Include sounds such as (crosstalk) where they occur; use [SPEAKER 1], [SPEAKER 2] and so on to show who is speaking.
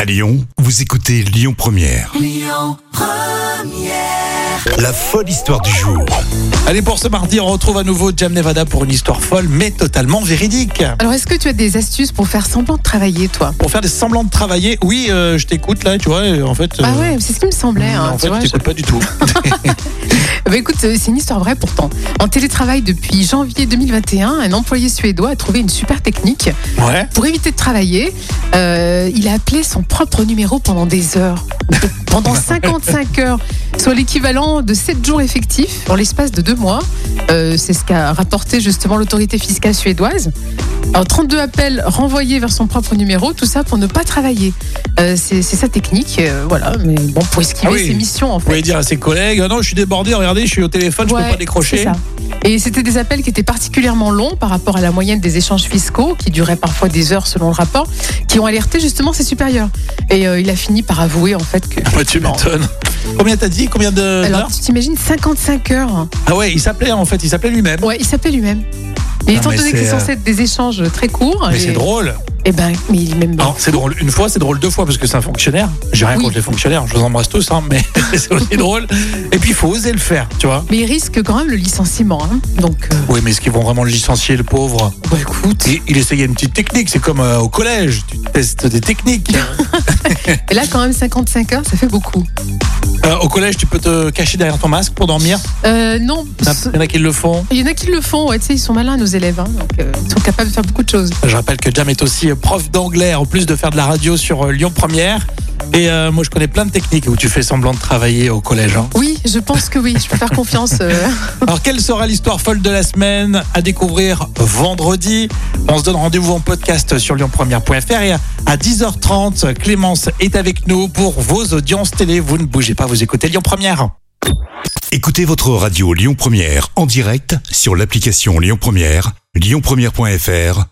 [SPEAKER 1] À Lyon, vous écoutez Lyon Première. La folle histoire du jour.
[SPEAKER 2] Allez, pour ce mardi, on retrouve à nouveau Jam Nevada pour une histoire folle, mais totalement véridique.
[SPEAKER 3] Alors, est-ce que tu as des astuces pour faire semblant de travailler, toi
[SPEAKER 2] Pour faire des semblants de travailler, oui, euh, je t'écoute là, tu vois, euh, en fait.
[SPEAKER 3] Ah
[SPEAKER 2] euh,
[SPEAKER 3] ouais, c'est ce qui me semblait. hein,
[SPEAKER 2] en
[SPEAKER 3] tu
[SPEAKER 2] fait,
[SPEAKER 3] vois,
[SPEAKER 2] je
[SPEAKER 3] je-
[SPEAKER 2] t'écoute pas du tout.
[SPEAKER 3] Bah, écoute, euh, c'est une histoire vraie pourtant. En télétravail depuis janvier 2021, un employé suédois a trouvé une super technique
[SPEAKER 2] Ouais.
[SPEAKER 3] pour éviter de travailler. euh, il a appelé son propre numéro pendant
[SPEAKER 2] (laughs)
[SPEAKER 3] des heures, pendant 55 heures, soit l'équivalent de 7 jours effectifs dans l'espace de deux mois. Euh, c'est ce qu'a rapporté justement l'autorité fiscale suédoise. Alors, 32 appels renvoyés vers son propre numéro, tout ça pour ne pas travailler. Euh, c'est c'est sa technique, euh, voilà, mais bon, pour esquiver
[SPEAKER 2] Ah oui.
[SPEAKER 3] ses missions en
[SPEAKER 2] Vous
[SPEAKER 3] fait.
[SPEAKER 2] pouvez dire à ses collègues, Ah non, je suis débordé, regardez, je suis au téléphone, je
[SPEAKER 3] Ouais,
[SPEAKER 2] peux pas décrocher.
[SPEAKER 3] c'est ça. Et c'était des appels qui étaient particulièrement longs par rapport à la moyenne des échanges fiscaux, qui duraient parfois des heures selon le rapport, qui ont alerté justement ses supérieurs. Et euh, il a fini par avouer en fait que.
[SPEAKER 2] Ouais, tu m'étonnes. Combien t'as dit Combien de- d'heures
[SPEAKER 3] Alors tu t'imagines 55 heures.
[SPEAKER 2] Ah ouais, il s'appelait en fait, il s'appelait lui-même.
[SPEAKER 3] Ouais, il s'appelait lui-même. Mais
[SPEAKER 2] Non,
[SPEAKER 3] étant
[SPEAKER 2] Ah, mais
[SPEAKER 3] donné que
[SPEAKER 2] c'est, euh,
[SPEAKER 3] c'est censé être des échanges très courts,
[SPEAKER 2] Mais
[SPEAKER 3] et-
[SPEAKER 2] c'est drôle. Ah.
[SPEAKER 3] Et ben, mais il est même
[SPEAKER 2] Non, c'est drôle une fois, c'est drôle deux fois parce que c'est un fonctionnaire. J'ai rien
[SPEAKER 3] Oui.
[SPEAKER 2] contre les fonctionnaires, je vous embrasse tous, hein, mais (laughs) c'est aussi drôle. Et puis il faut oser le faire, tu vois.
[SPEAKER 3] Mais il risque quand même le licenciement. hein. Donc, euh,
[SPEAKER 2] Oui, mais est-ce qu'ils vont vraiment le licencier, le pauvre
[SPEAKER 3] bah, écoute.
[SPEAKER 2] Et il essayait une petite technique, c'est comme euh, au collège, tu testes des techniques.
[SPEAKER 3] Et là, quand même, 55 heures, ça fait beaucoup.
[SPEAKER 2] Euh, au collège, tu peux te cacher derrière ton masque pour dormir.
[SPEAKER 3] Euh, non. ce-
[SPEAKER 2] Il y en a qui le font.
[SPEAKER 3] Il y en a qui le font, ouais, tu sais, ils sont malins, nos élèves. hein, donc, euh, ils sont capables de faire beaucoup de choses.
[SPEAKER 2] Je rappelle que Jam est aussi euh, prof d'anglais, en plus de faire de la radio sur euh, Lyon Première. Et euh, moi, je connais plein de techniques où tu fais semblant de travailler au collège. hein.
[SPEAKER 3] Oui, je pense que oui, je peux faire confiance. euh.
[SPEAKER 2] Alors, quelle sera l'histoire folle de la semaine à découvrir vendredi On se donne rendez-vous en podcast sur lyonpremière.fr et à 10h30, Clémence est avec nous pour vos audiences télé. Vous ne bougez pas, vous écoutez Lyon Première.
[SPEAKER 1] Écoutez votre radio Lyon Première en direct sur l'application Lyon Première, lyonpremière.fr